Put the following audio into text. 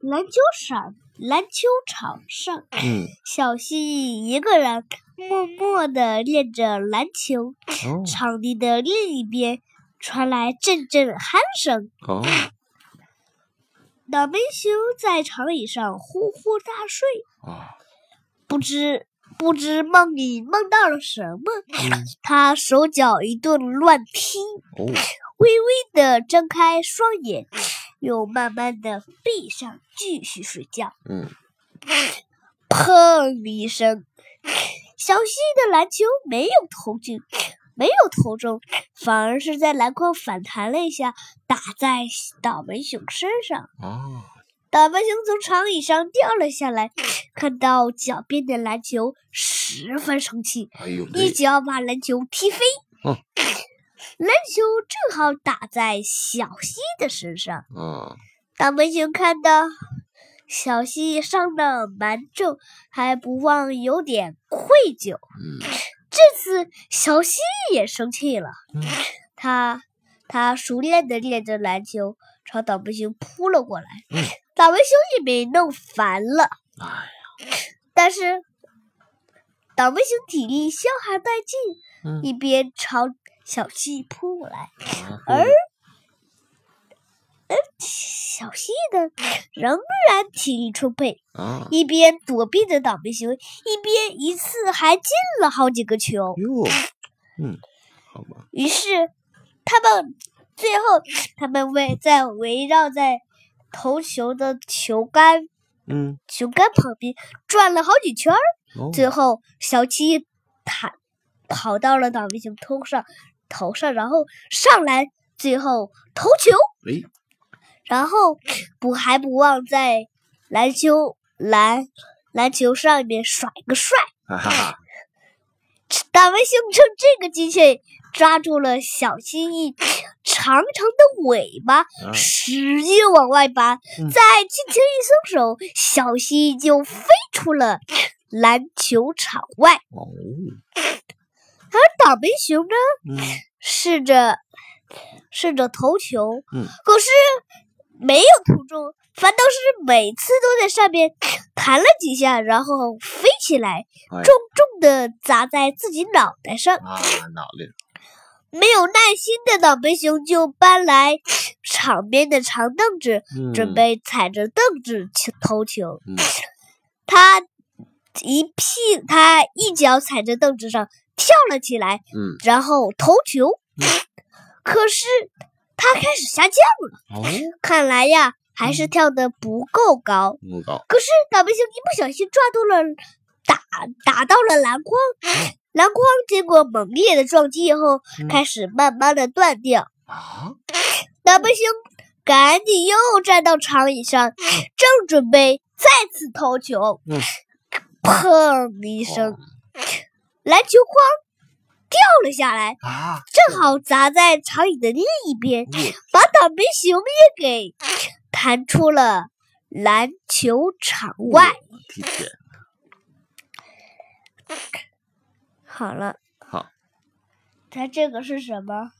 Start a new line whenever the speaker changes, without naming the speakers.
篮球场，篮球场上，
嗯，
小蜥蜴一个人默默地练着篮球。
哦
场地的另一边传来阵阵鼾声，
哦，
脑门熊在长椅上呼呼大睡，
啊，
不知不知梦里梦到了什么，
嗯，
他手脚一顿乱踢，
哦，
微微的睁开双眼，又慢慢的闭上，继续睡觉。
嗯，
砰的一声， 小溪的篮球没有投进， 没有投中，反而是在篮筐反弹了一下，打在倒霉熊身上。
啊，
倒霉熊从长椅上掉了下来， 看到脚边的篮球，十分生气，
哎呦，对
一，脚把篮球踢飞。
嗯
篮球正好打在小溪的身上。
啊，
倒霉熊看到小溪伤得蛮重，还不忘有点愧疚。
嗯，
这次小溪也生气了，
嗯
他他熟练地练着篮球，朝倒霉熊扑了过来。
嗯
倒霉熊也被弄烦了，
哎，
但是倒霉熊体力消耗殆尽，
嗯，
一边朝小溪扑过来。
啊
而小溪呢，仍然体力充沛，
啊，
一边躲避着倒霉熊，一边一次还进了好几个球。
哟，嗯，好吧，
于是，他们最后他们围在围绕在投球的球杆
嗯，
球杆旁边转了好几圈儿。
哦，
最后，小七弹跑到了倒霉熊头上头上，然后上篮，最后投球。
哎，
然后不还不忘在篮球篮篮球上面甩个帅。
哈哈哈，
大卫熊趁这个机会抓住了小蜥蜴长长的尾巴，
啊
使劲往外拔，
嗯
再轻轻一松手，小蜥蜴就飞出了篮球场外。
哦，
而倒霉熊呢，
嗯，
试着试着投球，
嗯
可是没有投中，反倒是每次都在上面弹了几下，然后飞起来，
哎，
重重的砸在自己脑袋上。
啊，脑袋，
没有耐心的倒霉熊就搬 来场边的长凳子，
嗯，
准，备踩着凳子去投球。
嗯，
他一屁，他一脚踩着凳子上跳了起来，
嗯，
然后投球
嗯。
可是他开始下降了，
哦，
看来呀还是跳得不够高。
木高，
可是倒霉熊一不小心抓住了，打打到了篮筐，篮筐经过猛烈的撞击以后
嗯，
开始慢慢的断掉。
啊，
倒霉熊赶紧又站到长椅上，正准备再次投球
嗯，
砰的一声，篮哦球框掉了下来，
啊，
正好砸在长椅的另一边，
哟，
把倒霉熊也给弹出了篮球场外。
我的天，
好了，
好，
它这个是什么？